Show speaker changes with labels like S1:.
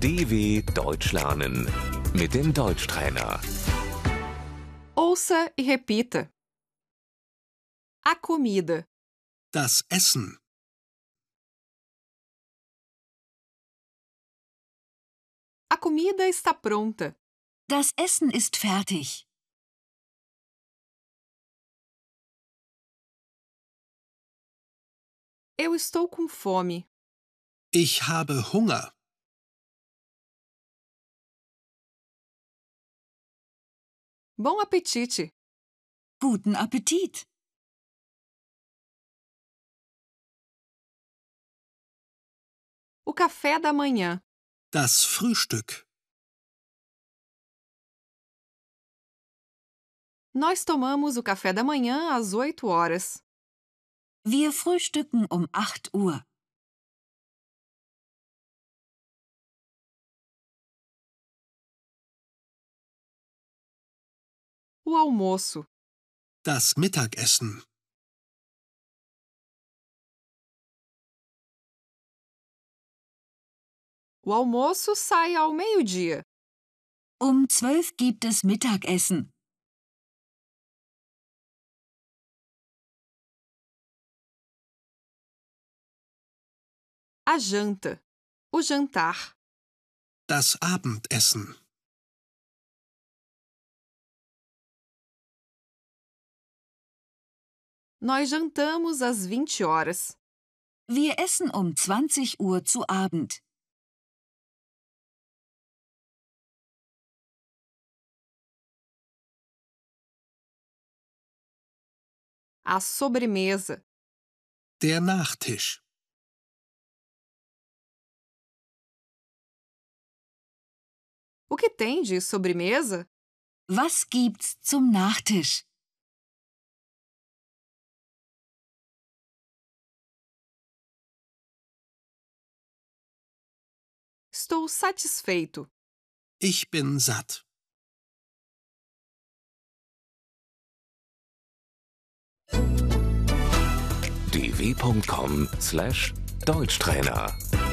S1: DW Deutsch lernen mit dem Deutschtrainer.
S2: Ouça e repita. A comida,
S3: Das Essen,
S2: a comida está pronta.
S4: Das Essen ist fertig.
S2: Eu estou com fome.
S3: ich habe Hunger,
S2: Bom apetite.
S4: Guten Appetit.
S2: O café da manhã,
S3: das Frühstück,
S2: nós tomamos o café da manhã às 8 horas.
S4: Wir frühstücken um 8 Uhr.
S2: O almoço,
S3: das Mittagessen,
S2: o almoço sai ao meio-dia.
S4: Um 12 gibt es Mittagessen.
S2: A janta, o jantar.
S3: das Abendessen.
S2: Nós jantamos às 20 horas.
S4: Wir essen um 20 Uhr zu Abend.
S2: A sobremesa,
S3: Der Nachtisch,
S2: o que tem de sobremesa?
S4: Was gibt's zum Nachtisch?
S2: Estou satisfeito.
S3: ich bin satt.
S1: dw.com/deutschtrainer